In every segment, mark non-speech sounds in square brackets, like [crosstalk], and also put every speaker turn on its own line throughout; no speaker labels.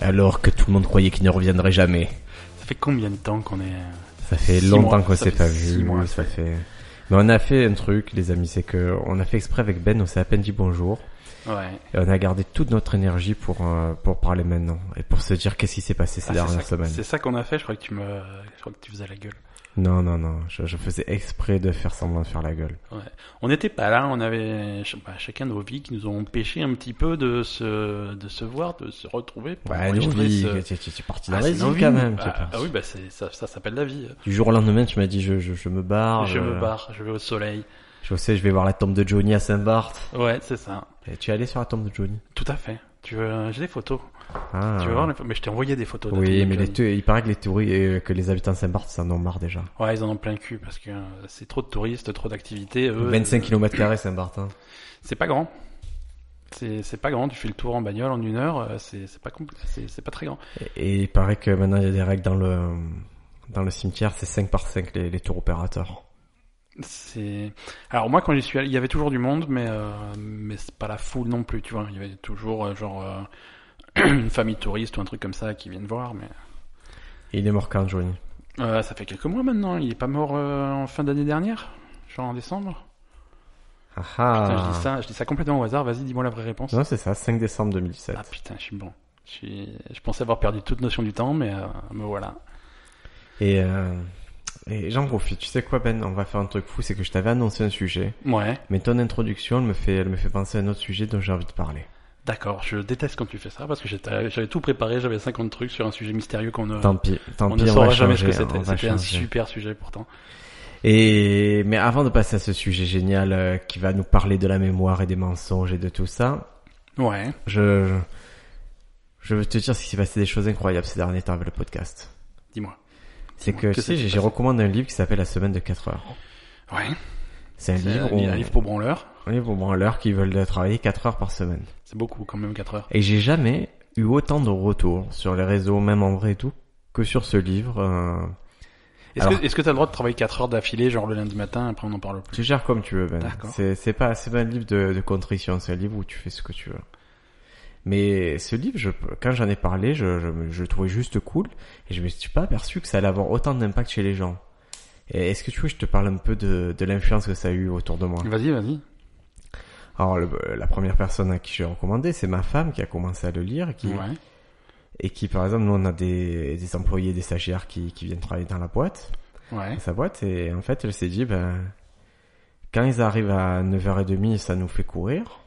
alors que tout le monde croyait qu'il ne reviendrait jamais.
Ça fait combien de temps qu'on est.
Ça fait
Six
longtemps
mois.
qu'on
Ça
s'est
fait
pas
six
vu.
mois,
ça
ouais.
fait. Mais on a fait un truc, les amis, c'est que on a fait exprès avec Ben. On s'est à peine dit bonjour.
euh, Ouais.
Et on a gardé toute notre énergie pour euh, pour parler maintenant et pour se dire qu'est-ce qui s'est passé ces
Ah,
dernières
c'est ça-
semaines.
C'est ça qu'on a fait, je crois que tu me. Je crois que tu faisais la gueule.
Non, non, non. Je, je faisais exprès de faire semblant de faire la gueule.
On n'était pas là, on avait ch- bah, chacun nos vies qui nous ont empêché un petit peu de se, de se voir, de se retrouver pour
Bah,
enregistrer
Novi,
ce-
tu, tu- tu es parti dans
Ah,
la
c'est
vie
nos vies.
quand même. tu es
Ah,
parti.
ah oui, bah c'est- ça, ça s'appelle la vie.
Du jour au lendemain, tu m'as dit je, je, je me barre. euh,
je me barre, je vais au soleil.
Je sais, je vais voir la tombe de Johnny à Saint-Barth.
Ouais, c'est ça.
Et Tu es allé sur la tombe de Johnny
Tout à fait. Tu veux... euh, J'ai des photos.
Ah.
Tu veux voir les... Mais je t'ai envoyé des photos. de
Oui,
ton
mais les
Johnny.
tou- il paraît que les touristes, euh, que les habitants de Saint-Barth, ça en ont marre déjà.
Ouais, ils en ont plein le cul parce que euh, c'est trop de touristes, trop d'activités. eux,
25
euh,
km carrés Saint-Barth. hein.
C'est pas grand. C'est c'est pas grand. Tu fais le tour en bagnole en une heure. euh, C'est c'est pas compl- c'est c'est pas très grand.
Et il paraît que maintenant il y a des règles dans le dans le cimetière, c'est 5 par 5 les, les tours opérateurs.
C'est alors moi quand j'y suis allé, il y avait toujours du monde, mais euh, mais c'est pas la foule non plus. Tu vois, il y avait toujours euh, genre euh, [clears throat] une famille touriste ou un truc comme ça qui viennent voir. Mais
Et il est mort quand Johnny
euh, ça fait quelques mois maintenant. Il est pas mort euh, en fin d'année dernière, genre en décembre.
Ah
Putain,
ah.
je dis ça, je dis ça complètement au hasard. Vas-y, dis-moi la vraie réponse.
Non, c'est ça, 5 décembre 2017.
Ah putain, je suis bon. Je, suis... je pensais avoir perdu toute notion du temps, mais euh, me voilà.
Et euh, et j'en profite. Tu sais quoi Ben, on va faire un truc fou, c'est que je t'avais annoncé un sujet,
Ouais.
mais ton introduction, elle me fait elle me fait penser à un autre sujet dont j'ai envie de parler.
D'accord, je déteste quand tu fais ça parce que j'étais- j'avais tout préparé, j'avais 50 trucs sur un sujet mystérieux qu'on ne,
Tant pis, tant
Euh, on
pis,
ne
on
saura
va
jamais ce que
changer, on
c'était.
va
C'était un
changer.
super sujet pourtant.
Et mais avant de passer à ce sujet génial euh, qui va nous parler de la mémoire et des mensonges et de tout ça,
Ouais.
je je- je veux te dire ce qui s'est passé des choses incroyables ces derniers temps avec le podcast.
Dis-moi.
C'est que tu
Qu'est-ce
sais,
qui s'est
j'ai j'ai
passé
recommandé un livre qui s'appelle La semaine de 4 heures.
Ouais.
C'est un
C'est
livre
un,
où
un livre pour branleur.
un livre pour branleurs qui veulent travailler 4 heures par semaine.
C'est beaucoup quand même 4 heures.
Et j'ai jamais eu autant de retours sur les réseaux, même en vrai et tout, que sur ce livre. euh,
Est-ce
Alors-
que est-ce que t'as le droit de travailler 4 heures d'affilée, genre le lundi matin, après on n'en parle plus
Tu gères comme tu veux, Ben.
D'accord.
C'est c'est pas, c'est pas un livre de, de contrition, c'est un livre où tu fais ce que tu veux. Mais ce livre, je, quand j'en ai parlé, je, je, me- je le trouvais juste cool et je me suis pas aperçu que ça allait avoir autant d'impact chez les gens. Et Est-ce que tu veux que je te parle un peu de, de l'influence que ça a eu autour de moi
Vas-y, vas-y.
Alors le- la première personne à qui j'ai recommandé, c'est ma femme qui a commencé à le lire et qui,
Ouais.
et qui par exemple, nous on a des, des employés, des stagiaires qui, qui viennent travailler dans la boîte
Ouais.
à sa boîte et en fait elle s'est dit ben quand ils arrivent à 9h30 ça nous fait courir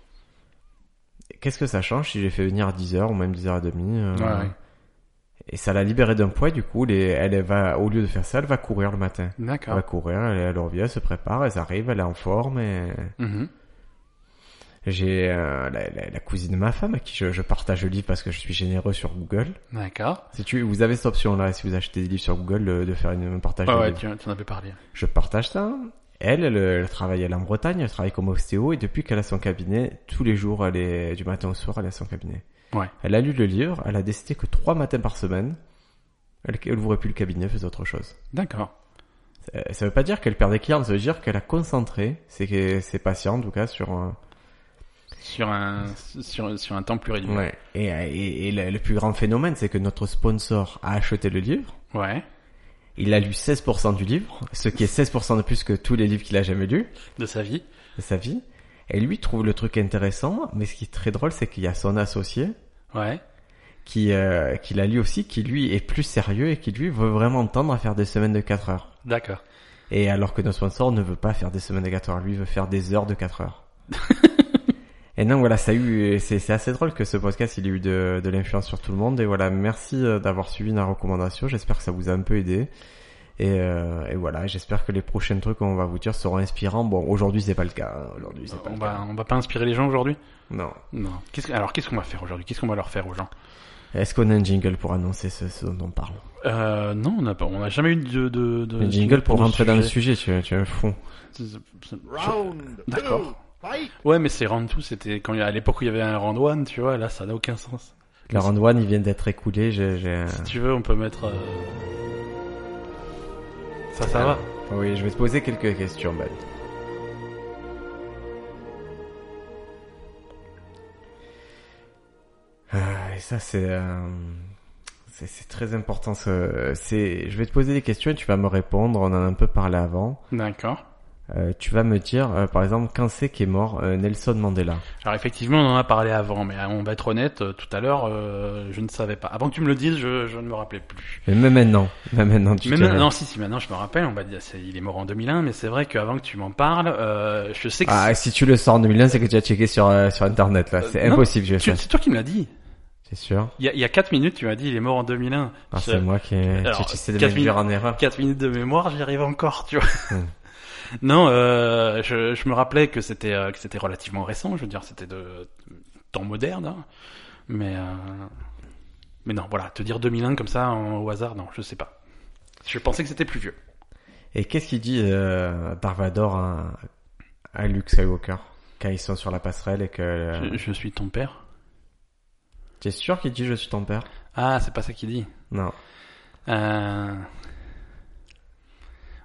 qu'est-ce que ça change si j'ai fait venir à 10h ou même 10h30 euh,
Ouais, ouais.
et ça l'a libérée d'un poids du coup les, elle, elle va au lieu de faire ça elle va courir le matin elle
D'accord.
va courir elle, elle revient elle se prépare elle arrive elle est en forme et
Mhm.
j'ai euh, la, la- la cousine de ma femme à qui je, je partage le livre parce que je suis généreux sur Google
D'accord.
si tu vous avez cette option là si vous achetez des livres sur Google le- de faire une partage
Ah
de
ouais,
livre.
tu, tu en avais parlé.
Je partage ça. Elle, elle, elle travaille elle est en Bretagne, elle travaille comme ostéo et depuis qu'elle a son cabinet, tous les jours, elle est du matin au soir, elle est à son cabinet.
Ouais.
Elle a lu le livre, elle a décidé que trois matins par semaine, elle, elle ouvrait plus le cabinet, elle faisait autre chose.
D'accord.
Euh, Ça veut pas dire qu'elle perdait clients, ça veut dire qu'elle a concentré ses, ses patients en tout cas sur euh, un,
Sur un, sur, sur un temps plus réduit.
ouais. Et, et, et le, le plus grand phénomène, c'est que notre sponsor a acheté le livre.
Ouais.
Il a lu 16% du livre, ce qui est 16% de plus que tous les livres qu'il a jamais lus.
De sa vie.
de sa vie. Et lui trouve le truc intéressant, mais ce qui est très drôle, c'est qu'il y a son associé
Ouais.
qui, euh, qui l'a lu aussi, qui lui est plus sérieux et qui lui veut vraiment tendre à faire des semaines de 4 heures.
D'accord.
Et alors que nos sponsors ne veut pas faire des semaines de 4 heures, lui veut faire des heures de 4 heures. et non, voilà, ça a eu, c'est c'est assez drôle que ce podcast, il ait eu de, de l'influence sur tout le monde. Et voilà, merci euh, d'avoir suivi la recommandation. J'espère que ça vous a un peu aidé. Et, euh, et voilà, j'espère que les prochains trucs qu'on va vous dire seront inspirants. Bon, aujourd'hui c'est pas le cas. hein. Aujourd'hui c'est pas
On
le
va,
cas.
on va pas inspirer les gens aujourd'hui?
Non.
Non. Qu'est-ce que- alors, qu'est-ce qu'on va faire aujourd'hui Qu'est-ce qu'on va leur faire aux gens
Est-ce qu'on a un jingle pour annoncer ce, ce dont on parle
euh, Non, on n'a pas- on n'a jamais eu de. de, de
Un jingle Euh, pour
de
rentrer dans le
sujet.
sujet, tu, tu es un fou.
Round
D'accord.
two, fight!
Ouais, mais c'est round 2, c'était quand il y a- à l'époque où il y avait un round 1, tu vois, là ça n'a aucun sens.
La round one, il vient d'être écoulé. J'ai, j'ai...
Si tu veux, on peut mettre. euh, Ça, ça va
Oui, je vais te poser quelques questions, Ben. Ah, et ça, c'est, euh, c'est, c'est très important. ce- c'est, je vais te poser des questions et tu vas me répondre. On en a un peu parlé avant.
D'accord.
Euh, tu vas me dire, euh, par exemple, quand c'est qu'est mort euh, Nelson Mandela
Alors effectivement, on en a parlé avant, mais euh, on va être honnête, euh, tout à l'heure, euh, je ne savais pas. Avant que tu me le dises, je, je ne me rappelais plus.
Mais même maintenant, même maintenant, tu
Même,
te-
non, si, si, maintenant je me rappelle, on va dire, c'est- il est mort en 2001, mais c'est vrai qu'avant que tu m'en parles, euh, je sais que
Ah, si tu le sors en 2001, c'est que tu as checké sur euh, sur internet là. C'est
Euh, non,
impossible, je vais
c'est tu-
faire.
c'est toi qui me l'as dit.
C'est sûr.
Il y a- il y a 4 minutes, tu m'as dit, il est mort en 2001.
Ah,
Je-
c'est moi qui. ai-
Alors,
tu essaies de
quatre
me induire en erreur.
4 minutes de mémoire, j'y arrive encore, tu vois.
Hmm.
[laughs] non, euh, je, je me rappelais que c'était euh, que c'était relativement récent, je veux dire, c'était de temps moderne. hein. Mais euh, mais non, voilà, te dire 2001 comme ça en- au hasard, non, je sais pas. Je pensais que c'était plus vieux.
Et qu'est-ce qu'il dit euh, Darth Vader à, à Luke Skywalker quand ils sont sur la passerelle et que euh,
Je, je suis ton père.
T'es sûr qu'il dit je suis ton père
Ah, c'est pas ça qu'il dit.
Non.
Euh...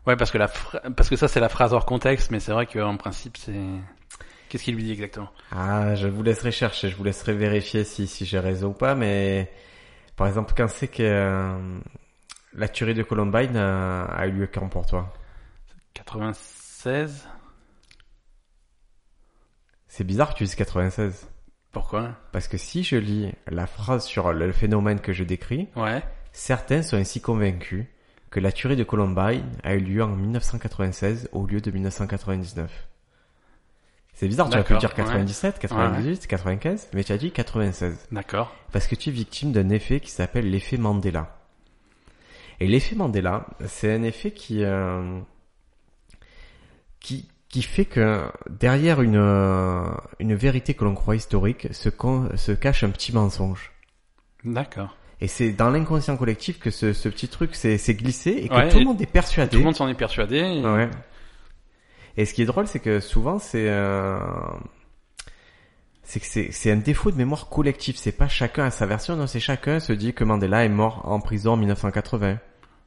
Ouais, parce que la phra- parce que ça c'est la phrase hors contexte, mais c'est vrai qu'en principe c'est qu'est-ce qu'il lui dit exactement
Ah, je vous laisserai chercher, je vous laisserai vérifier si si j'ai raison ou pas, mais par exemple quand c'est que euh, la tuerie de Columbine euh, a eu lieu quand pour toi
96
C'est bizarre que tu dises 96.
Pourquoi
Parce que si je lis la phrase sur le phénomène que je décris,
Ouais.
certains sont ainsi convaincus que la tuerie de Columbine a eu lieu en 1996 au lieu de 1999. C'est bizarre, tu as pu
D'accord,
dire 97, 98, 95, mais tu as dit 96.
D'accord.
Parce que tu es victime d'un effet qui s'appelle l'effet Mandela. Et l'effet Mandela, c'est un effet qui, euh, qui, qui fait que derrière une, euh, une vérité que l'on croit historique se, con- se cache un petit mensonge.
D'accord.
Et c'est dans l'inconscient collectif que ce, ce petit truc s'est s'est glissé et Ah que
Ouais,
tout
et-
le monde est persuadé.
Tout le monde s'en est persuadé. et-
Ouais. Et ce qui est drôle, c'est que souvent, c'est euh, c'est que c'est c'est un défaut de mémoire collective. C'est pas chacun à sa version, non, c'est chacun se dit que Mandela est mort en prison en 1980.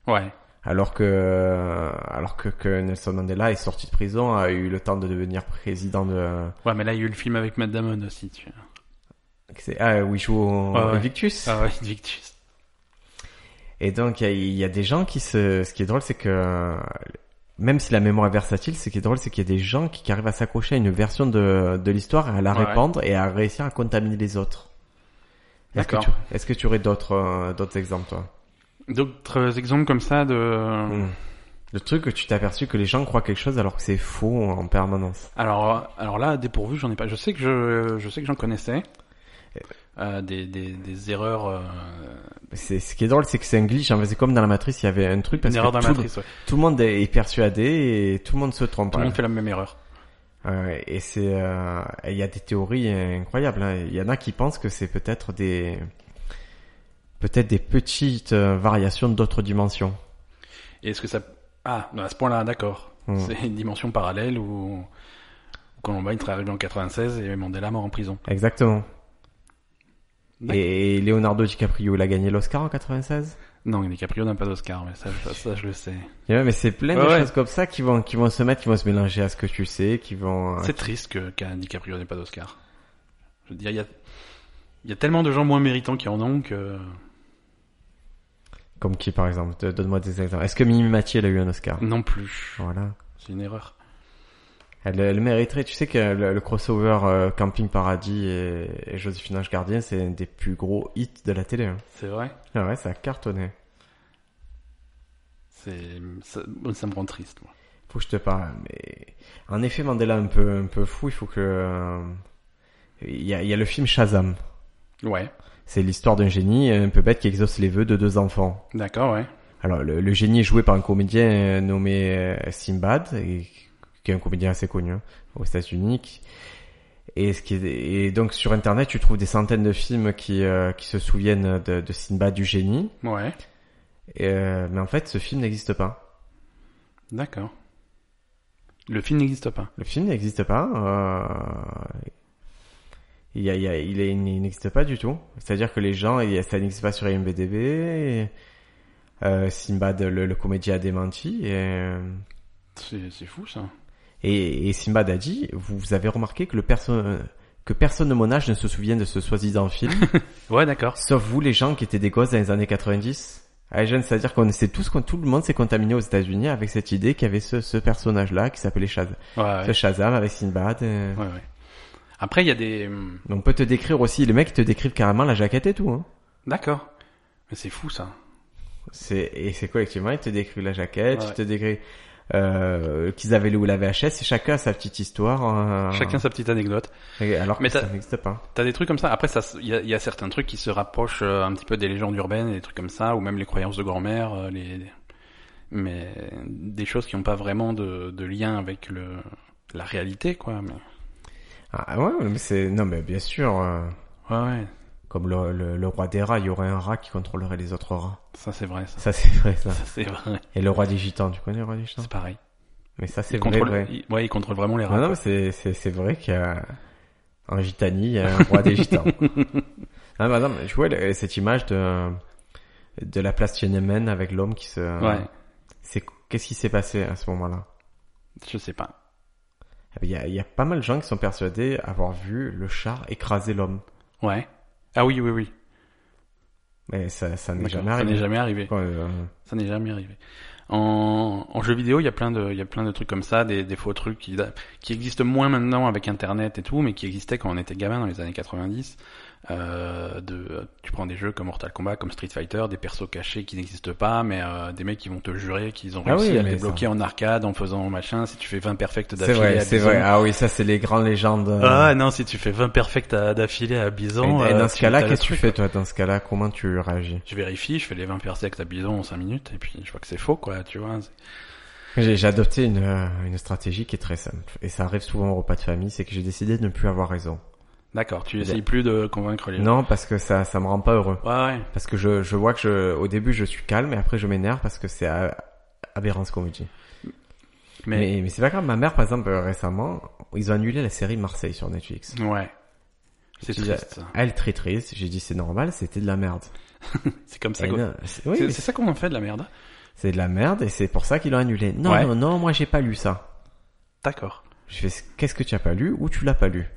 Ouais.
Alors que, euh, alors que, que Nelson Mandela est sorti de prison, a eu le temps de devenir président de,
Ouais, mais là il y a eu le film avec Matt Damon aussi. Tu... vois.
c'est- ah, où il joue au
Ouais, ouais.
Invictus.
[laughs] Ah ouais, Invictus.
Et donc, il y a, il y a des gens qui se... Ce qui est drôle, c'est que... Même si la mémoire est versatile, ce qui est drôle, c'est qu'il y a des gens qui, qui arrivent à s'accrocher à une version de, de l'histoire, à la
Ouais.
répandre et à réussir à contaminer les autres. Est-ce que,
D'accord.
tu, est-ce que tu aurais d'autres euh, d'autres exemples, toi
D'autres exemples comme ça de.
Hmm. Le truc que tu t'es aperçu que les gens croient quelque chose alors que c'est faux en permanence.
Alors, alors là, dépourvu, j'en ai pas. Je sais que je, je sais que j'en connaissais. Euh, des, des, des erreurs, euh,
C'est, ce qui est drôle, c'est que c'est un glitch. En fait, c'est comme dans la matrice, il y avait un truc parce
une erreur
que
dans la
tout,
matrice. ouais.
tout le monde est persuadé et tout le monde se trompe. hein.
Tout le monde fait la même erreur.
Euh, et c'est, euh, il y a des théories incroyables. hein. Il y en a qui pensent que c'est peut-être des, peut-être des petites euh, variations d'autres dimensions.
Et est-ce que ça. Ah, à ce point-là, d'accord.
Hmm.
C'est une dimension parallèle où. où Columbine serait arrivé en 96 et Mandela mort en prison.
Exactement.
D'accord.
Et, et Leonardo DiCaprio, il a gagné l'Oscar en 96.
Non, DiCaprio n'a pas d'Oscar, mais ça, ça, ça, je le sais.
Et ouais, mais c'est plein de
Ouais, ouais.
choses comme ça qui vont, qui vont se mettre, qui vont se mélanger à ce que tu sais, qui vont. euh,
C'est triste que qu'un DiCaprio n'ait pas d'Oscar. Je veux dire, il y a, il y a tellement de gens moins méritants qui en ont que...
Comme qui, par exemple De- Donne-moi des exemples. Est-ce que Mimi Mathieu elle a eu un Oscar
Non plus.
Voilà.
C'est une erreur.
Elle, elle mériterait. Tu sais que le, le crossover euh, Camping Paradis et, et Joséphine Ange Gardien, c'est un des plus gros hits de la télé. hein.
C'est vrai
Ah ouais, ça a cartonné.
C'est ça, ça me rend triste, moi.
Faut que je te parle. Mais en effet, Mandela un peu un peu fou. Il faut que euh, il y a, il y a le film Shazam.
Ouais,
C'est l'histoire d'un génie un peu bête qui exauce les vœux de deux enfants.
d'accord, ouais.
Alors le, le génie est joué par un comédien euh, nommé euh, Simbad, et- qui est un comédien assez connu hein, aux États-Unis. qui- Et, ce qui est- et donc sur Internet, tu trouves des centaines de films qui, euh, qui se souviennent de, de Sinbad du génie.
Ouais,
Et, euh, mais en fait, ce film n'existe pas.
d'accord. Le film n'existe pas.
Le film n'existe pas. euh, Il, y a- il y a- il est- il n'existe pas du tout. C'est-à-dire que les gens, il y a- ça n'existe pas sur IMDb. et, euh, Simbad, le, le comédien, a démenti. Et, euh,
C'est c'est fou, ça.
et, et Simbad a dit, vous, vous avez remarqué que le perso- que personne de mon âge ne se souvienne de ce soi-disant
[laughs]
film,
Ouais, d'accord.
sauf vous les gens qui étaient des gosses dans les années 90. Ah, les jeunes, c'est-à-dire qu'on sait tous, qu'on- tout le monde s'est contaminé aux États-Unis avec cette idée qu'il y avait ce, ce personnage-là qui s'appelait Shazam.
Ouais,
Ce
ouais.
Shazam avec Sinbad. euh.
ouais, ouais. Après, il y a des. hum,
On peut te décrire aussi, les mecs ils te décrivent carrément la jaquette et tout. Hein.
D'accord. Mais c'est fou ça.
C'est et c'est collectivement, ils te décrivent la jaquette,
Ouais.
ils te décrivent euh, qu'ils avaient loué la VHS, et chacun sa petite histoire. euh,
Chacun sa petite anecdote.
et Alors que
Mais
ça
t'as-
n'existe pas.
T'as des trucs comme ça. Après, ça, se- il y a, il y a certains trucs qui se rapprochent euh, un petit peu des légendes urbaines, et des trucs comme ça, ou même les croyances de grand-mère, euh, les... mais des choses qui n'ont pas vraiment de, de lien avec le la réalité, quoi. Mais...
Ah ouais, mais c'est non mais bien sûr, euh,
Ouais, ouais.
comme le, le, le roi des rats, il y aurait un rat qui contrôlerait les autres rats.
Ça, c'est vrai. Ça, [laughs]
Ça c'est vrai ça.
Ça, c'est vrai.
Et le roi des gitans, tu connais le roi des gitans
C'est pareil.
Mais ça c'est
Ils
vrai,
contrôlent.
vrai. Ah
ils- Ouais, ils contrôlent vraiment les
Non,
rats.
non, mais c'est, c'est, c'est vrai qu'il y a en Gitanie, il y a un roi des
[laughs]
gitans. ah, bah non, mais je vois le- cette image de, de la place Tiananmen avec l'homme qui se...
Ouais.
C'est, qu'est-ce qui s'est passé à ce moment-là
Je sais pas.
Eh bien, il y, a, il y a pas mal de gens qui sont persuadés avoir vu le char écraser l'homme.
Ouais. Ah oui, oui, oui.
Mais ça, ça n'est
D'accord.
jamais
Ça
arrivé.
n'est jamais arrivé.
Quoi, euh,
Ça n'est jamais arrivé. En, en jeu vidéo, il y a plein de, il y a plein de trucs comme ça, des, des faux trucs qui, da- qui existent moins maintenant avec Internet et tout, mais qui existaient quand on était gamin dans les années 90. Euh, de, tu prends des jeux comme Mortal Kombat, comme Street Fighter, des persos cachés qui n'existent pas, mais euh, des mecs qui vont te jurer qu'ils ont
Ah
réussi
oui,
à
mais
les
ça.
bloquer en arcade en faisant machin. Si tu fais 20 perfects
C'est
d'affilée
vrai,
à
c'est
Bison.
vrai. Ah oui, ça c'est les grandes légendes. euh,
Ah non, si tu fais 20 perfects à- d'affilée à
et,
Bison.
et
euh,
dans ce cas-là,
t'as le
qu'est-ce que tu
truc,
fais toi Dans ce cas-là, comment tu réagis
Je vérifie, je fais les 20 perfects à Bison en 5 minutes, et puis je vois que c'est faux, quoi, tu vois. c'est-
J'ai j'ai adopté une, euh, une stratégie qui est très simple, et ça arrive souvent au repas de famille, c'est que j'ai décidé de ne plus avoir raison.
D'accord, tu essayes plus de convaincre les gens.
Non, parce que ça, ça me rend pas heureux.
Ouais, ouais.
Parce que je, je vois que je, au début je suis calme, et après je m'énerve parce que c'est euh, aberrant ce qu'on me dit.
Mais,
Mais, mais c'est pas grave, ma mère par exemple euh, récemment, ils ont annulé la série Marseille sur Netflix.
ouais. C'est
Tu dis-
triste. ça.
Elle très triste, j'ai dit c'est normal, c'était de la merde.
C'est comme ça.
Et
qu'on-
Eh non, c'est- oui,
c'est
mais
c'est ça qu'on en fait de la merde.
c'est de la merde, et c'est pour ça qu'ils l'ont annulé. Non,
Ouais.
non, non, moi j'ai pas lu ça.
D'accord.
Je fais, qu'est-ce que tu as pas lu ou tu l'as pas lu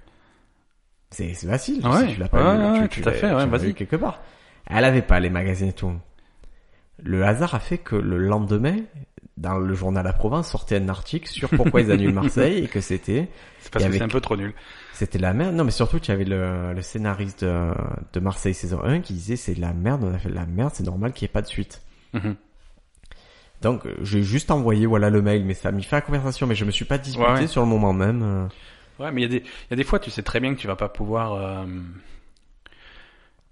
C'est c'est facile.
Ouais,
si tu l'as pas
ouais,
lu,
ouais,
tu, tu
tout à
l'as-
fait,
tu
ouais,
l'as
vas-y.
lu quelque part. Elle avait pas les magazines et tout. Le hasard a fait que le lendemain, dans le journal La Provence, sortait un article sur pourquoi ils
[laughs]
annulent Marseille et que c'était,
C'est parce
Et
que
avec-
c'est un peu trop nul.
c'était la merde. Non, mais surtout, tu avais le, le scénariste de, de Marseille saison 1 qui disait c'est de la merde, on a fait de la merde, c'est normal qu'il n'y ait pas de suite.
Mhm.
Donc euh, j'ai juste envoyé voilà le mail, mais ça a mis fin à la conversation, mais je me suis pas disputé
Ouais, ouais.
sur le moment même. euh.
Ouais, mais il y, a des- il y a des fois, tu sais très bien que tu vas pas pouvoir. euh,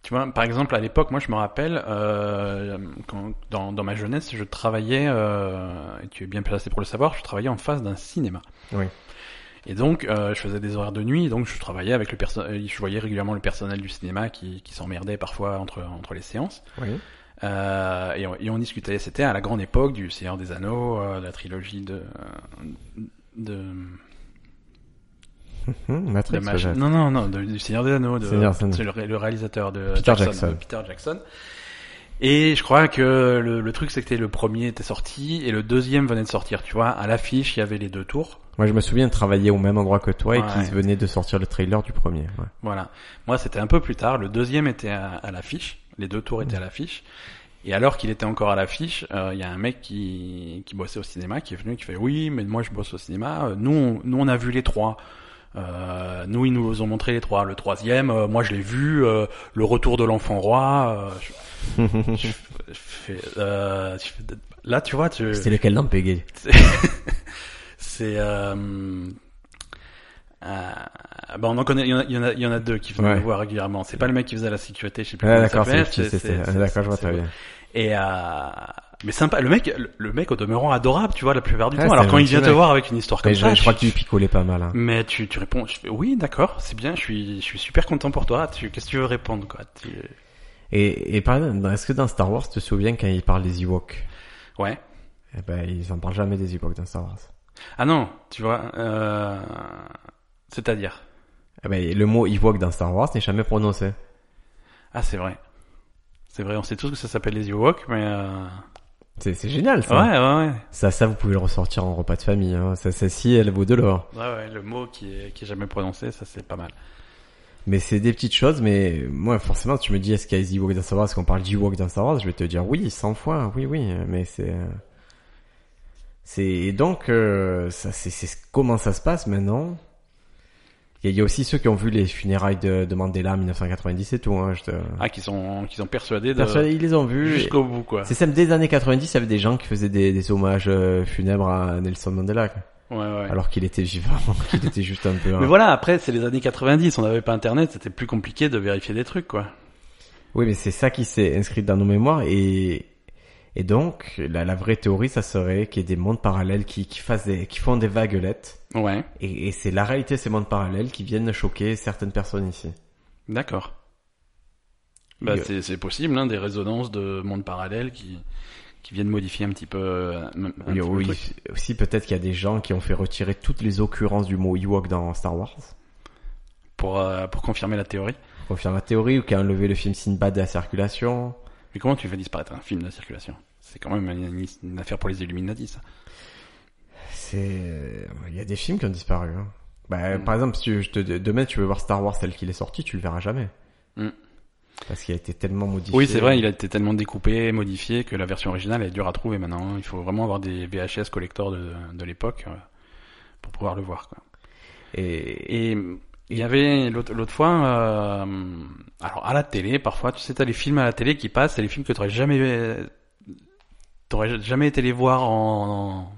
Tu vois, par exemple, à l'époque, moi, je me rappelle, euh, quand, dans, dans ma jeunesse, je travaillais, euh, et tu es bien placé pour le savoir, je travaillais en face d'un cinéma.
Oui.
Et donc, euh, je faisais des horaires de nuit, donc je travaillais avec le personnel, je voyais régulièrement le personnel du cinéma qui, qui s'emmerdait parfois entre, entre les séances.
Oui.
Euh, et, on, et on discutait. C'était à la grande époque du Seigneur des Anneaux, euh, de la trilogie de, de,
Hum,
de
Matrix,
mach-
peut-être.
Non, non, non, de- du Seigneur des Anneaux, de,
Seigneur des Anneaux.
c'est le, ré- le réalisateur de
Peter Jackson.
de Peter Jackson. Et je crois que le, le truc, c'est que le premier était sorti et le deuxième venait de sortir. Tu vois, à l'affiche, il y avait les deux tours.
Moi je me souviens de travailler au même endroit que toi et
Ouais.
qu'ils venaient de sortir le trailer du premier. ouais.
Voilà. Moi, c'était un peu plus tard. Le deuxième était à, à l'affiche. Les deux tours étaient à l'affiche. Et alors qu'il était encore à l'affiche, euh, il y a un mec qui, qui bossait au cinéma qui est venu et qui fait oui, mais moi je bosse au cinéma. Euh, Nous, on, nous on a vu les trois. Euh, nous, ils nous ont montré les trois. Le troisième, euh, moi je l'ai vu. euh, le retour de l'enfant roi. euh, je- je- je fais, euh, je fais- là, tu vois, tu.
Euh, C'était lequel dans Peggy
C'est. Euh, euh, bah, on en connaît. Il y en a, il y en a, il y en a deux qui venaient
Ouais.
me voir régulièrement. C'est pas le mec qui faisait la sécurité, je sais plus
Ah,
comment il
d'accord, c'est
s'appelle.
le petit, c'est- c'est- ah, D'accord, je vois
c'est-
très bien.
Et euh, mais sympa. Le mec, le, le mec au demeurant adorable, tu vois, la plupart du
Ah,
temps.
c'est
Alors
un
quand il
gentil
vient te
mec.
voir avec une histoire comme
Mais
ça,
je,
Mm.
je crois que
tu-
tu picolais pas mal. hein.
mais tu, tu réponds, je fais, oui, d'accord, c'est bien, je suis, je suis super content pour toi. Tu, qu'est-ce que tu veux répondre, quoi Tu-
Et, et par exemple, est-ce que dans Star Wars, tu te souviens quand ils parlent des Ewoks
Ouais.
Eh ben, ils en parlent jamais des Ewoks dans Star Wars.
Ah non, tu vois, euh, c'est-à-dire.
Eh ben, le mot Ewok dans Star Wars n'est jamais prononcé.
Ah, c'est vrai. C'est vrai, on sait tous que ça s'appelle les Ewoks, mais euh...
C'est c'est génial, ça.
ouais, ouais, ouais.
Ça, ça, vous pouvez le ressortir en repas de famille. Hein. Ça, celle-ci, elle vaut de l'or.
Ouais, ouais, le mot qui est, qui est jamais prononcé, ça c'est pas mal.
Mais c'est des petites choses, mais moi, forcément, tu me dis, est-ce qu'il y a les Ewoks dans Star Wars Est-ce qu'on parle d'Ewoks dans Star Wars Je vais te dire oui, 100 fois, oui, oui, mais c'est... euh, C'est... Et donc, euh, ça, c'est, c'est comment ça se passe maintenant Il y a- il y, a aussi ceux qui ont vu les funérailles de, de Mandela en 1990 et tout, hein, je te...
Ah, qui sont, qui sont persuadés de.
Persuadé, ils les ont vus. et-
Jusqu'au bout, quoi.
C'est simple, dès les années 90, il y avait des gens qui faisaient des, des hommages euh, funèbres à Nelson Mandela, quoi.
Ouais, ouais.
alors qu'il était vivant, [laughs] qu'il était juste un peu...
Mais
hein.
voilà, après, c'est les années 90, on n'avait pas internet, c'était plus compliqué de vérifier des trucs, quoi.
Oui, mais c'est ça qui s'est inscrit dans nos mémoires et et donc la, la vraie théorie, ça serait qu'il y ait des mondes parallèles qui qui fassent des, qui font des vaguelettes
Ouais,
et, et c'est la réalité de ces mondes parallèles qui viennent choquer certaines personnes ici.
d'accord. Bah,
Oui.
c'est, c'est possible, hein, des résonances de mondes parallèles qui, qui viennent modifier un petit peu, euh, un- un petit
Oui,
peu le
oui,
truc.
aussi peut-être qu'il y a des gens qui ont fait retirer toutes les occurrences du mot Ewok dans Star Wars.
pour, euh, pour confirmer la théorie.
Confirme la théorie ou qui a enlevé le film Sinbad de la circulation.
Mais comment tu fais disparaître un film de la circulation C'est quand même une, une affaire pour les Illuminati, ça.
C'est euh, il y a des films qui ont disparu. hein. Bah,
Mm.
Par exemple, si tu- je te, demain tu veux voir Star Wars tel qu'il est sorti, tu le verras jamais.
Mm.
Parce qu'il a été tellement modifié.
Oui, c'est vrai, il a été tellement découpé, modifié que la version originale est dure à trouver maintenant. hein. Il faut vraiment avoir des VHS collector de, de l'époque euh, pour pouvoir le voir. Quoi.
Et,
Et il y avait l'autre l'autre fois, euh, alors à la télé, parfois, tu sais, t'as les films à la télé qui passent, c'est les films que t'aurais jamais, t'aurais jamais été les voir en,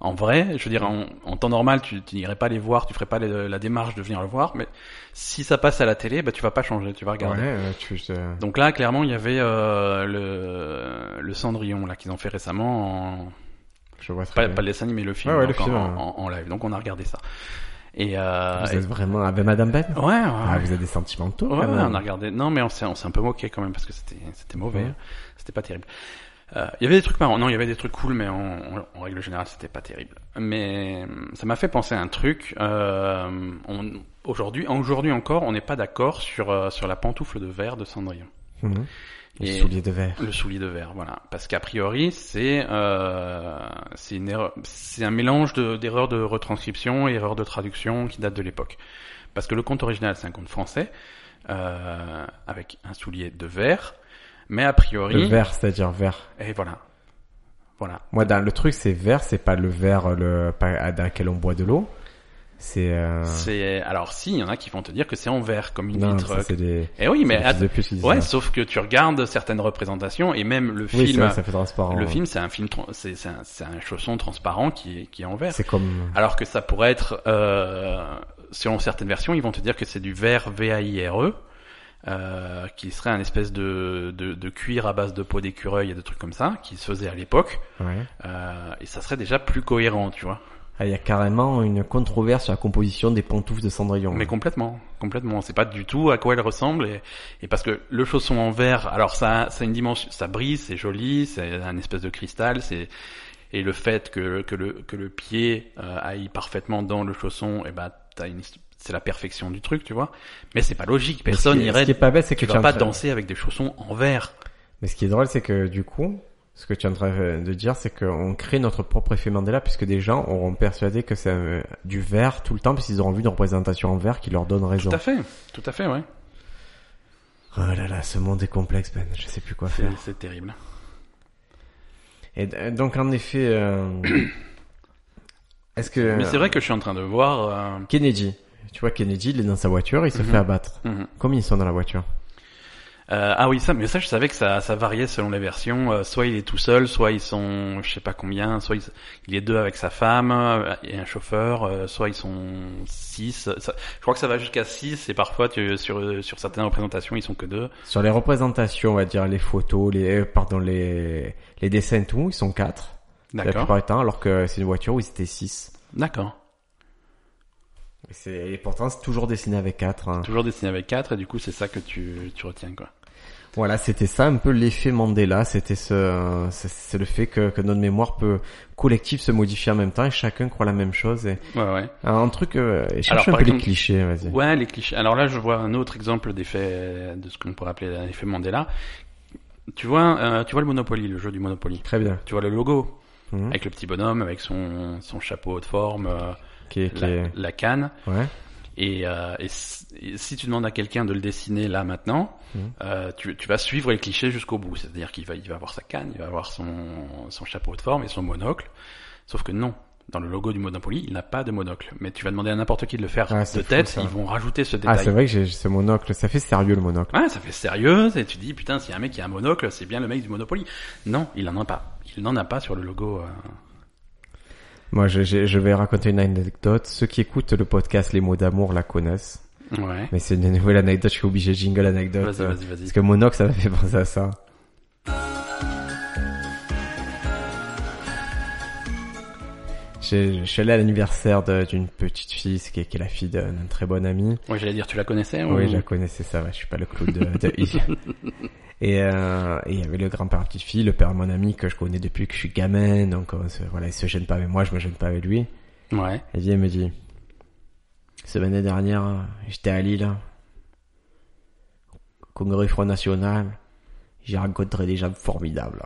en vrai. Je veux dire, en, en temps normal, tu tu n'irais pas les voir, tu ferais pas les- la démarche de venir le voir, mais si ça passe à la télé, bah tu vas pas changer, tu vas regarder.
Ouais, euh, tu, je-
Donc là, clairement, il y avait euh, le, le Cendrillon là qu'ils ont fait récemment, en...
je vois très
pas,
bien.
pas le dessin animé, le film,
Ouais, ouais, le
donc en-
film, hein.
en,
ouais.
en- en live. Donc on a regardé ça. Et, euh,
Vous
et-
êtes vraiment avec Madame Ben
ouais, ouais,
ah,
ouais.
Vous avez des sentimentaux
Ouais,
quand même.
on a regardé. Non, mais on s'est on s'est un peu moqué quand même parce que c'était c'était mauvais, hein.
Ouais.
c'était pas terrible. Euh, Il y avait des trucs marrants, non, il y avait des trucs cool, mais en, en- en règle générale, c'était pas terrible. Mais hum, ça m'a fait penser à un truc. Euh, on- Aujourd'hui, aujourd'hui encore, on n'est pas d'accord sur euh, sur la pantoufle de verre de Cendrillon.
Mhm. Les
Et-
souliers de verre.
Le soulier de verre, voilà. Parce qu'a priori, c'est euh, c'est une erreur- c'est un mélange de- d'erreurs de, retranscription et erreurs de traduction qui datent de l'époque. Parce que le conte original, c'est un conte français euh, avec un soulier de verre, mais a
Le
priori,
verre, c'est-à-dire verre.
et voilà, voilà.
Moi, dans le truc, c'est verre, c'est pas le verre le... pas- à- dans lequel on boit de l'eau. C'est... Euh...
C'est alors si, il y en a qui vont te dire que c'est en verre comme une
Non,
vitre.
ça, c'est des...
Et oui, mais
c'est des fils de
att-
pute qui disent
ouais,
ça.
sauf que tu regardes certaines représentations et même le
Oui, c'est
film.
vrai, ça fait hein. transparent.
le
ouais.
film, c'est un film, tran- c'est c'est un, c'est un chausson transparent qui est, qui est en verre.
C'est comme...
Alors que ça pourrait être, euh, selon certaines versions, ils vont te dire que c'est du verre V-A-I-R-E, E, euh, qui serait un espèce de, de, de cuir à base de peau d'écureuil et de trucs comme ça, qui se faisait à l'époque,
Ouais.
euh, et ça serait déjà plus cohérent, tu vois.
Ah, il y a carrément une controverse sur la composition des pantoufles de Cendrillon.
Mais complètement, complètement. C'est pas du tout à quoi elle ressemble, et, et parce que le chausson en verre, alors ça, ça a une dimension, ça brille, c'est joli, c'est un espèce de cristal, c'est et le fait que, que le que le pied euh, aille parfaitement dans le chausson, et ben t'as une c'est la perfection du truc, tu vois. Mais c'est pas logique.
Mais ce
Personne
qui-
irait.
Ce qui est pas bête, c'est que
tu
es
vas
en
pas
train-
danser avec des chaussons en verre.
Mais ce qui est drôle, c'est que du coup, ce que tu es en train de dire, c'est qu'on crée notre propre effet Mandela, puisque des gens auront persuadé que c'est euh, du vert tout le temps, puisqu'ils auront vu une représentation en vert qui leur donne raison.
Tout à fait, tout à fait, ouais.
Oh là là, ce monde est complexe, Ben. Je sais plus quoi
C'est
faire.
c'est terrible.
Et d- donc, en effet, euh, [coughs] est-ce que
Mais c'est vrai que je suis en train de voir. euh,
Kennedy, tu vois, Kennedy, il est dans sa voiture, il se
Mhm.
fait abattre.
mhm.
Combien ils sont dans la voiture
Euh, ah oui, ça, mais ça, je savais que ça, ça variait selon les versions. Euh, soit il est tout seul, soit ils sont, je sais pas combien, soit ils- il est deux avec sa femme euh, et un chauffeur, euh, soit ils sont six. Ça- je crois que ça va jusqu'à six et parfois tu, sur sur certaines représentations ils sont que deux.
Sur les représentations, on va dire les photos, les euh, pardon, les les dessins, et tout, ils sont quatre. La
D'accord.
plupart du temps, alors que c'est une voiture où ils étaient six.
D'accord.
Et, c'est- et pourtant, c'est toujours dessiné avec hein. 4.
Toujours dessiné avec quatre et du coup c'est ça que tu tu retiens quoi.
Voilà, c'était ça un peu l'effet Mandela. C'était ce, c'est- c'est le fait que, que notre mémoire peut collective se modifier en même temps et chacun croit la même chose. Et
Ouais ouais.
un truc, euh, et cherche
Alors,
un
par
peu les
exemple-
clichés, vas-y.
Ouais, les clichés. Alors là, je vois un autre exemple d'effet de ce qu'on pourrait appeler un effet Mandela. Tu vois, euh, tu vois le Monopoly, le jeu du Monopoly.
Très bien.
Tu vois le logo,
Mhm.
avec le petit bonhomme, avec son, son chapeau haut de forme, euh,
Qui est- qui
la,
est-
la canne.
Ouais.
Et, euh, et si et si tu demandes à quelqu'un de le dessiner là maintenant,
Mhm.
euh, tu, tu vas suivre les clichés jusqu'au bout. C'est-à-dire qu'il va, il va avoir sa canne, il va avoir son, son chapeau de forme et son monocle. Sauf que non, dans le logo du Monopoly, il n'a pas de monocle. Mais tu vas demander à n'importe qui de le faire
Ouais,
de
Ah, c'est fou,
tête,
ça.
ils vont rajouter ce détail.
Ah, c'est vrai que j'ai j'ai ce monocle, ça fait sérieux le monocle.
Ouais, ça fait sérieux, et tu dis, putain, s'il y a un mec qui a un monocle, c'est bien le mec du Monopoly. Non, il n'en a pas. Il n'en a pas sur le logo. euh.
Moi, je, je- je vais raconter une anecdote. Ceux qui écoutent le podcast Les mots d'amour la connaissent.
Ouais.
Mais c'est une nouvelle anecdote, je suis obligé de jingle anecdote.
Vas-y,
euh,
vas-y, vas-y.
Parce que monocle, ça m'a fait penser à ça. Je, je suis allé à l'anniversaire de- d'une petite fille, ce qui est, qui est la fille d'un d'un très bon ami.
Ouais, j'allais dire, tu la connaissais ou-
Oui, je la connaissais, ça va, je suis pas le clou de,
[laughs]
de I. Et euh, et il y avait le grand-père de la petite fille, le père de mon ami que je connais depuis que je suis gamin, donc on se- voilà, il se gêne pas avec moi, je me gêne pas avec lui.
Ouais.
Elle vient et me dit Semaine dernière, j'étais à Lille, au congrès Front National, j'ai rencontré des gens
[laughs]
formidables.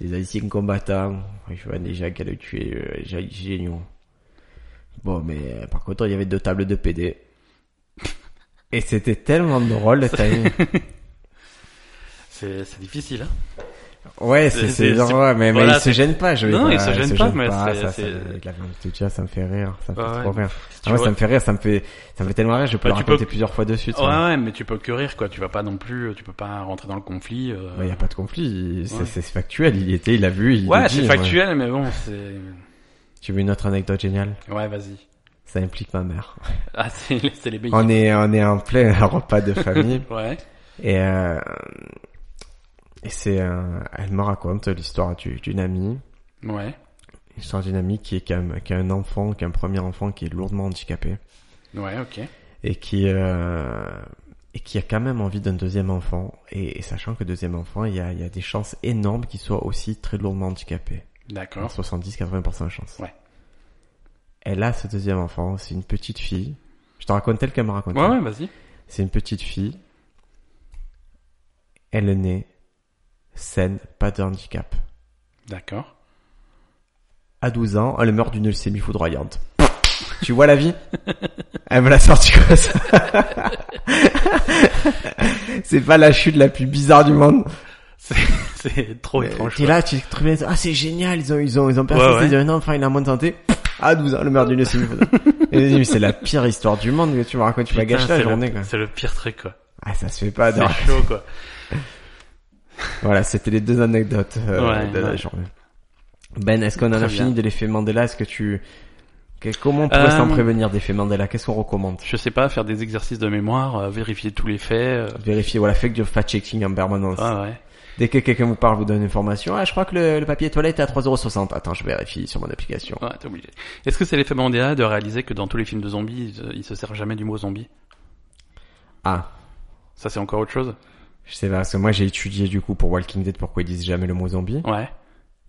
des anciens combattants, je vois des gens qui allaient tuer euh, des gens géniaux. Bon, mais euh, par contre, il y avait deux tables de PD. Et c'était tellement drôle,
[laughs]
le timing.
C'est c'est difficile, hein.
Ouais,
C'est-
c'est
c'est-
c'est drôle, mais,
voilà,
mais il se
c'est-
gêne pas. Je veux dire,
Non,
euh,
il se gêne pas, mais c'est-
ça, ça,
c'est-
avec la violence que tu as, ça me fait rire, ça me
Ouais,
fait trop
ouais.
rire.
tu
Ah ouais,
vois-
ça me fait rire, ça me fait, ça me fait tellement rire, je peux
Bah,
le
tu
raconter
peux-
plusieurs fois de suite. hein.
Ouais,
ça.
ouais, mais tu peux que rire, quoi. Tu vas pas non plus, euh, tu peux pas rentrer dans le conflit. euh.
Bah, y a pas de conflit, c'est
Ouais.
c'est factuel, il y était, il a vu, il le
ouais,
dit,
c'est
ouais.
factuel, mais bon, c'est.
Tu veux une autre anecdote géniale?
Ouais, vas-y. [laughs]
Ça implique ma mère.
Ah, c'est c'est les bébés.
On est, on est en plein [laughs] repas de famille.
Ouais.
Et, euh, et c'est, euh, elle me raconte l'histoire du- d'une amie,
Ouais.
l'histoire d'une amie qui est, qui a, un- qui a un enfant, qui a un premier enfant qui est lourdement handicapé.
Ouais, ok.
et qui euh, et qui a quand même envie d'un deuxième enfant et, et sachant que deuxième enfant il y a, il y a des chances énormes qu'il soit aussi très lourdement handicapé
D'accord.
70-80% de chances
Ouais.
elle a ce deuxième enfant c'est une petite fille je te raconte telle qu'elle me raconte
Ouais, ouais, vas-y.
c'est une petite fille elle est née saine pas de handicap
D'accord. [laughs]
à 12 ans elle meurt d'une leucémie foudroyante [laughs] tu vois la vie Elle me l'a sorti comme ça. [laughs] c'est pas la chute la plus bizarre du monde.
C'est- C'est trop
Mais
étrange.
T'es
quoi.
là, tu te trouves, ah c'est génial, ils ont, ils ont, ils ont persisté,
Oh, Ouais, ouais.
ils ont un enfant, il a moins de santé. À 12 ans, le maire du leucémie.
[laughs]
Et je dis, mais c'est la pire histoire du monde que tu me racontes, tu m'as
Putain,
gâché la
c'est le-
journée, quoi.
C'est le pire truc, quoi.
Ah, ça se fait pas, non.
C'est chaud, quoi.
Voilà, c'était les deux anecdotes euh,
Ouais,
de la
ouais.
journée. Ben, est-ce qu'on en
Très
a fini
bien.
de l'effet Mandela? Est-ce que tu, que- comment on pourrait
Euh,
s'en prévenir d'effet Mandela? Qu'est-ce qu'on recommande?
Je sais pas, faire des exercices de mémoire, euh, vérifier tous les faits. euh.
Vérifier, voilà, fait que du fact-checking en permanence.
Ah ouais.
Dès que quelqu'un vous parle, vous donne une information. Ah, je crois que le, le papier toilette est à 3,60€. Attends, je vérifie sur mon application.
Ouais, t'es obligé. Est-ce que c'est l'effet Mandela de réaliser que dans tous les films de zombies, ils, euh, ils se servent jamais du mot zombie
Ah,
Ça, c'est encore autre chose
je sais pas, parce que moi j'ai étudié du coup pour Walking Dead pourquoi ils disent jamais le mot zombie.
Ouais.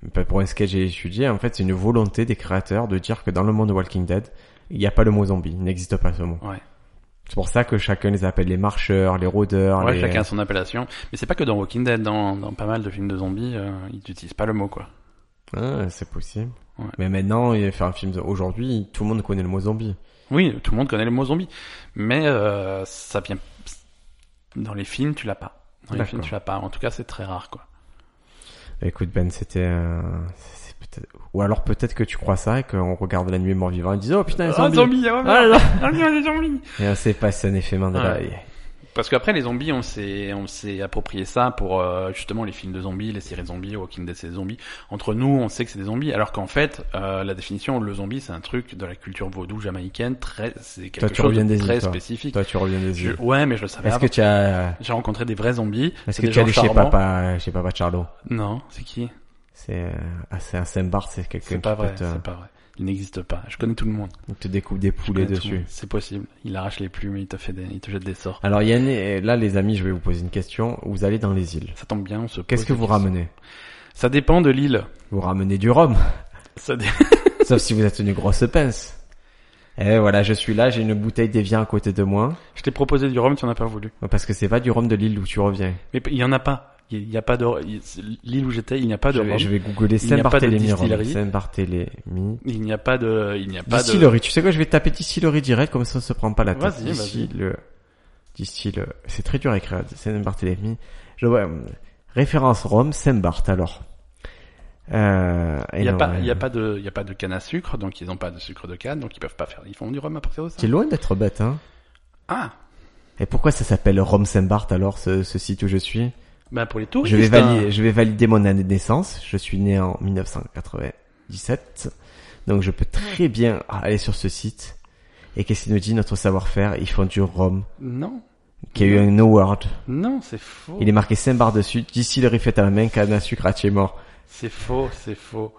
Mais pas Bah, Pour un sketch, j'ai étudié. En fait, c'est une volonté des créateurs de dire que dans le monde de Walking Dead, il n'y a pas le mot zombie. Il n'existe pas ce mot.
Ouais.
C'est pour ça que chacun les appelle les marcheurs, les rôdeurs,
Ouais,
les...
chacun a son appellation. Mais c'est pas que dans Walking Dead, dans, dans pas mal de films de zombies, euh, ils n'utilisent pas le mot, quoi.
Ah, c'est possible.
Ouais.
Mais maintenant, il faire un film aujourd'hui, tout le monde connaît le mot zombie.
Oui, tout le monde connaît le mot zombie. Mais euh, ça vient... Dans les films, tu l'as pas. Dans les
D'accord.
films, tu l'as pas. En tout cas, c'est très rare, quoi.
Bah, Écoute Ben, c'était euh, c'est peut-être ou alors peut-être que tu crois ça et qu'on regarde la nuit mort vivant et disent oh putain les
Ah,
zombies.
zombie, ah ouais,
Ah, là.
ah, regarde, les zombies
Et là, c'est passé un effet Mandela.
Ouais. Parce qu'après, les zombies, on s'est, on s'est approprié ça pour euh, justement les films de zombies, les séries de zombies, Walking Dead, c'est des zombies. Entre nous, on sait que c'est des zombies, alors qu'en fait, euh, la définition, le zombie, c'est un truc de la culture vaudou jamaïcaine, très, c'est quelque
Toi, tu
chose
reviens
de
des
très
îles, toi.
spécifique.
Toi tu reviens des
Je-
yeux.
ouais, mais je le savais.
Est-ce que
avant.
tu as
J'ai rencontré des vrais zombies.
est-ce
c'est
que
des
tu as
gens
allé chez
charmants.
papa chez papa Charlot
Non, c'est qui
C'est euh, ah, c'est un Saint-Barth, c'est quelqu'un
C'est
qui
pas
peut
vrai,
te,
c'est pas vrai. Il n'existe pas. Je connais tout le monde.
il te découpe des
Je
poulets
connais tout le
dessus.
monde. C'est possible. Il arrache les plumes, il te fait des, il te jette des sorts.
Alors Yann, et là les amis, je vais vous poser une question. Vous allez dans les îles.
Ça tombe bien, on se.
Qu'est-ce
pose
que
des
vous
questions.
ramenez
Ça dépend de l'île.
Vous ramenez du rhum, [laughs]
Ça dé- [laughs]
sauf si vous êtes une grosse pince. Eh voilà, je suis là, j'ai une bouteille d'évian à côté de moi.
Je t'ai proposé du rhum, tu en as pas voulu.
Parce que c'est pas du rhum de l'île où tu reviens.
Mais il y en a pas. Il Il n'y a pas de l'île où j'étais, il n'y a pas de
je, vais,
rhum.
je vais googler
Il n'y a pas de
Saint-Barthélemy. Rome.
distillerie.
Saint-Barthélemy.
Il n'y a pas de, il n'y a pas de.
Distillerie. Tu sais quoi, je vais taper distillerie direct, comme ça on se prend pas la tête.
Vas-y, vas-y.
Distille- euh, Distille. euh, C'est très dur à écrire. Saint-Barthélemy. Je vois. euh, Référence Rome, Saint-Barth, alors. Euh,
Il n'y a pas, il n'y a pas de, il n'y a pas de canne à sucre, donc ils n'ont pas de sucre de canne, donc ils peuvent pas faire. Ils font du rhum à partir de ça.
T'es loin d'être bête, hein.
Ah,
Et pourquoi ça s'appelle Rome Saint-Barth alors, ce, ce site où je suis
bah pour les touristes.
je, vais
hein.
valider, je vais valider mon année de naissance. Je suis né en 1997. Donc je peux très bien aller sur ce site. Et qu'est-ce qu'il nous dit Notre savoir-faire, ils font du rhum.
Non,
Qui a eu
Mm.
un award.
non, c'est faux.
Il est marqué Saint-Bar dessus. Distillerie faite à la main, canne à sucre à pied mort.
C'est faux, c'est faux.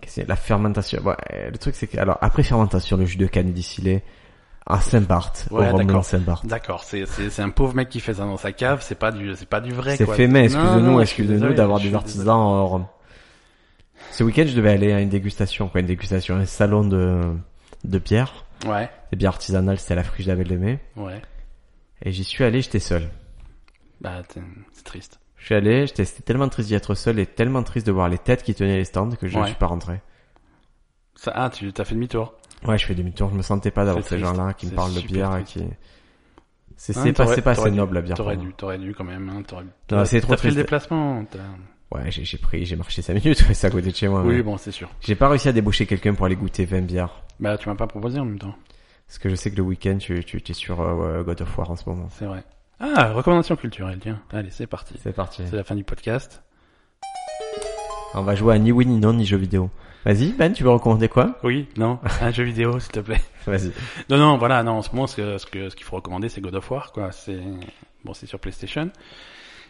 Qu'est-ce que c'est La fermentation. Ouais, euh, le truc c'est que... Alors après fermentation, le jus de canne est distillé à Saint-Barth.
Ouais,
au rhum blanc
d'accord.
Saint-Barth.
D'accord, c'est, c'est, c'est un pauvre mec qui fait ça dans sa cave, c'est pas du, c'est pas du vrai.
C'est
quoi.
fait, mais
Non, non,
excusez-nous,
je suis
excusez-nous
désolé,
d'avoir
je
des
suis
artisans
désolé.
en Rome. Ce week-end, je devais aller à une dégustation, quoi, une dégustation, un salon de, de bière.
Ouais,
Des bières artisanales, c'était à la friche de la Belle de Mai.
ouais.
Et j'y suis allé, j'étais seul.
Bah, t'es- c'est triste.
Je suis allé, j'étais c'était tellement triste d'y être seul et tellement triste de voir les têtes qui tenaient les stands que je ne
Ouais.
suis pas rentré.
Ça, ah, tu t'as fait demi-tour.
Ouais, je fais demi-tour, je me sentais pas d'avoir
C'est
ces
triste.
gens-là qui me
C'est
parlent de
super
bière et
triste.
qui... C'est
Hein,
c'est pas,
t'aurais-
c'est pas assez
t'aurais dû-
noble la bière.
T'aurais
pour moi.
dû, t'aurais dû quand même. Hein, t'aurais,
Non, c'est trop
t'as fait le
triste.
déplacement. t'as-
Ouais, j'ai j'ai pris, j'ai marché 5 minutes, [laughs] ouais, c'est à côté de chez moi.
Oui,
ouais.
bon, c'est sûr.
J'ai pas réussi à débaucher quelqu'un pour aller goûter 20 bières.
Bah, tu m'as pas proposé en même temps.
Parce que je sais que le week-end, tu, tu, tu es sur euh, God of War en ce moment.
C'est vrai. Ah, recommandation culturelle, tiens. Allez, c'est parti.
C'est parti.
C'est la fin du podcast.
On va jouer à ni oui, ni non, ni jeux vidéo. Vas-y, Ben, tu veux recommander quoi
Oui,
[laughs]
non, un jeu vidéo, s'il te plaît.
Vas-y.
Non, non, voilà, non, en ce moment, ce que- ce que- ce qu'il faut recommander, c'est God of War, quoi. C'est, bon, c'est sur PlayStation.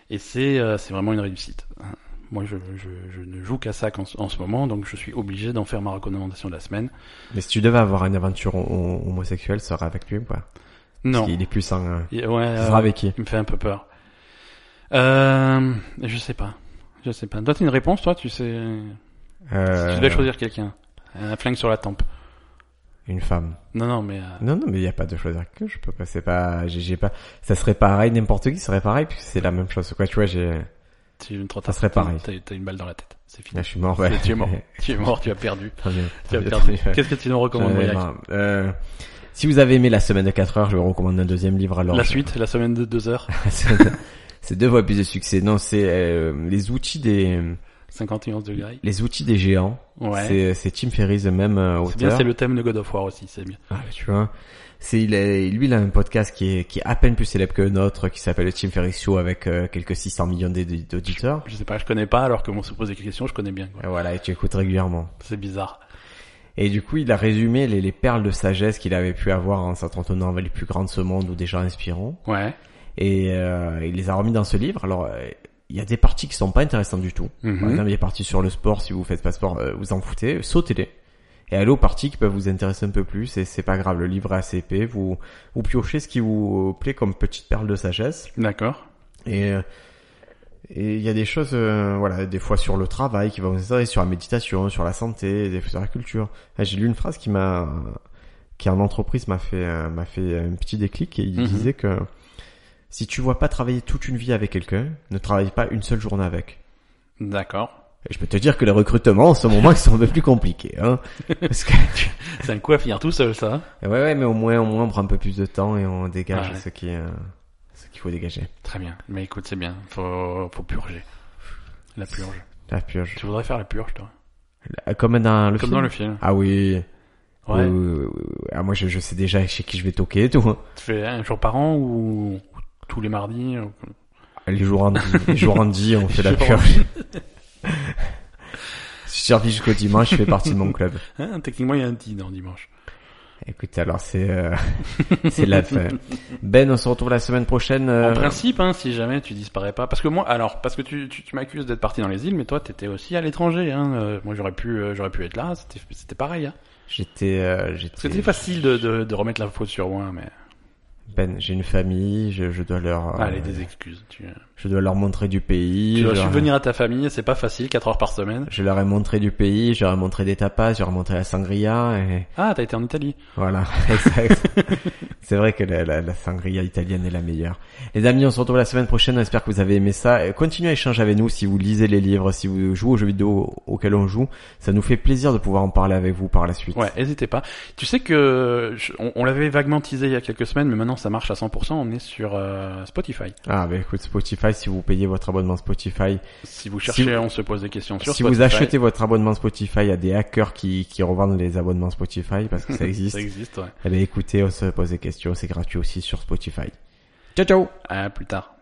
Et c'est, euh, c'est vraiment une réussite. hein. Moi, je, je, je ne joue qu'à ça qu'en ce- en ce moment, donc je suis obligé d'en faire ma recommandation de la semaine.
Mais si tu devais avoir une aventure ho- ho- homosexuelle, ça serait avec lui ou pas
Non.
Parce qu'il est plus sans... euh,
Il- Ouais,
ça
euh,
sera avec qui
il me fait un peu peur. Euh, je sais pas. Je sais pas. Toi, t'as une réponse, toi, tu sais. Si tu
Euh,
dois choisir quelqu'un. Un flingue sur la tempe.
Une femme.
Non, non, mais, euh,
Non, non, mais il n'y a pas de choisir que je peux pas. C'est pas... J'ai j'ai pas... Ça serait pareil, n'importe qui serait pareil, puisque c'est la même chose. Quoi, tu vois, j'ai...
tu ne
Ça serait pareil.
T'as t'as une balle dans la tête. C'est fini. [laughs]
Là, je suis mort, ouais.
Tu es mort. tu es mort, tu as perdu.
[laughs] Tant mieux,
Tu
tant
as
mieux,
perdu.
tant mieux.
Qu'est-ce que tu nous recommandes,
J'en ai
Moyac
marre. Euh, Si vous avez aimé la semaine de 4 heures, je vous recommande un deuxième livre. Alors,
La
je-
suite, la semaine de deux heures,
[laughs]
[laughs]
c'est deux fois plus de succès. Non, c'est euh, les outils des
51 degrés.
les outils des géants.
Ouais.
C'est c'est Tim Ferriss, le même euh,
C'est bien,
auteur.
c'est le thème de God of War aussi, c'est bien.
Ah, tu vois, c'est il est, lui il a un podcast qui est qui est à peine plus célèbre que notre, qui s'appelle le Tim Ferriss Show avec euh, quelques 600 millions d'aud- d'auditeurs.
Je sais pas, je connais pas, alors que on se pose des questions, je connais bien. quoi.
Et voilà, et tu écoutes régulièrement.
C'est bizarre.
Et du coup, il a résumé les, les perles de sagesse qu'il avait pu avoir en s'entretenant avec les plus grands de ce monde ou des gens inspirants.
Ouais.
et euh, il les a remis dans ce livre. Alors euh, il y a des parties qui sont pas intéressantes du tout.
Mhm.
Par exemple, il y a des parties sur le sport. Si vous faites pas de sport, euh, vous en foutez, sautez-les. Et allez aux parties qui peuvent vous intéresser un peu plus. Et c'est pas grave, le livre est assez épais. Vous vous piochez ce qui vous plaît comme petite perle de sagesse.
D'accord.
Et euh, et il y a des choses, euh, voilà, des fois sur le travail qui va vous intéresser, sur la méditation, sur la santé, des fois sur la culture. Là, J'ai lu une phrase qui m'a, qui en entreprise m'a fait, euh, m'a fait un petit déclic et il
Mhm.
disait que si tu vois pas travailler toute une vie avec quelqu'un, ne travaille pas une seule journée avec.
D'accord.
Et je peux te dire que les recrutements en ce moment ils sont un peu plus compliqués,
[laughs]
hein. Parce que,
C'est un coup à finir tout seul, ça. hein.
ouais, ouais, mais au moins, au moins on prend un peu plus de temps et on dégage
Ah ouais.
ce qui, euh, ce qu'il faut dégager.
Très bien. Mais écoute, c'est bien. Faut, faut purger. La purge.
La purge.
Tu voudrais faire la purge, toi
La- Comme dans le
Comme
film.
dans le film.
Ah oui. Oui,
Ouais.
oui, oui, oui, oui. Ah, moi, je, je sais déjà chez qui je vais toquer et tout. hein.
Tu fais un jour par an ou ou tous les mardis ou-
Les jours Andy, les jours Andy, on fait la
jours
purge. Si [laughs] je survis jusqu'au dimanche, je fais partie de mon club.
Hein, Techniquement, il y a un petit dans dimanche.
Écoute, alors c'est euh, c'est la fin. Ben, on se retrouve la semaine prochaine. euh,
En principe, hein, si jamais tu disparais pas, parce que moi, alors, parce que tu, tu, tu m'accuses d'être parti dans les îles, mais toi, t'étais aussi à l'étranger. Hein. Euh, moi, j'aurais pu, euh, j'aurais pu être là. C'était, c'était pareil. Hein.
J'étais, euh,
C'était
j'étais.
facile de, de, de remettre la faute sur moi, mais
peine. Ben, J'ai une famille, je, je dois leur, euh,
Allez, des excuses. Tu, euh.
je dois leur montrer du pays.
tu dois
je, leur-
subvenir à ta famille, c'est pas facile, 4 heures par semaine.
je leur ai montré du pays, je leur ai montré des tapas, je leur ai montré la sangria et
Ah, t'as été en Italie.
voilà. [laughs] Exact. C'est vrai que la, la- la sangria italienne est la meilleure. Les amis, on se retrouve la semaine prochaine. On espère que vous avez aimé ça. Et Continuez à échanger avec nous si vous lisez les livres, si vous jouez aux jeux vidéo auxquels on joue. Ça nous fait plaisir de pouvoir en parler avec vous par la suite.
Ouais, hésitez pas. Tu sais que je- on, on l'avait vaguement teasé il y a quelques semaines, mais maintenant ça marche à 100%. On est sur euh, Spotify.
Ah bah écoute Spotify, si vous payez votre abonnement Spotify,
Si vous cherchez,
Si vous-
on se pose des questions sur
si
Spotify.
vous achetez votre abonnement Spotify à des hackers qui, qui revendent les abonnements Spotify parce que
[laughs]
ça existe, Eh ben,
ça existe. Ouais.
allez écouter, on se pose des questions, c'est gratuit aussi sur Spotify. Ciao ciao
À plus tard.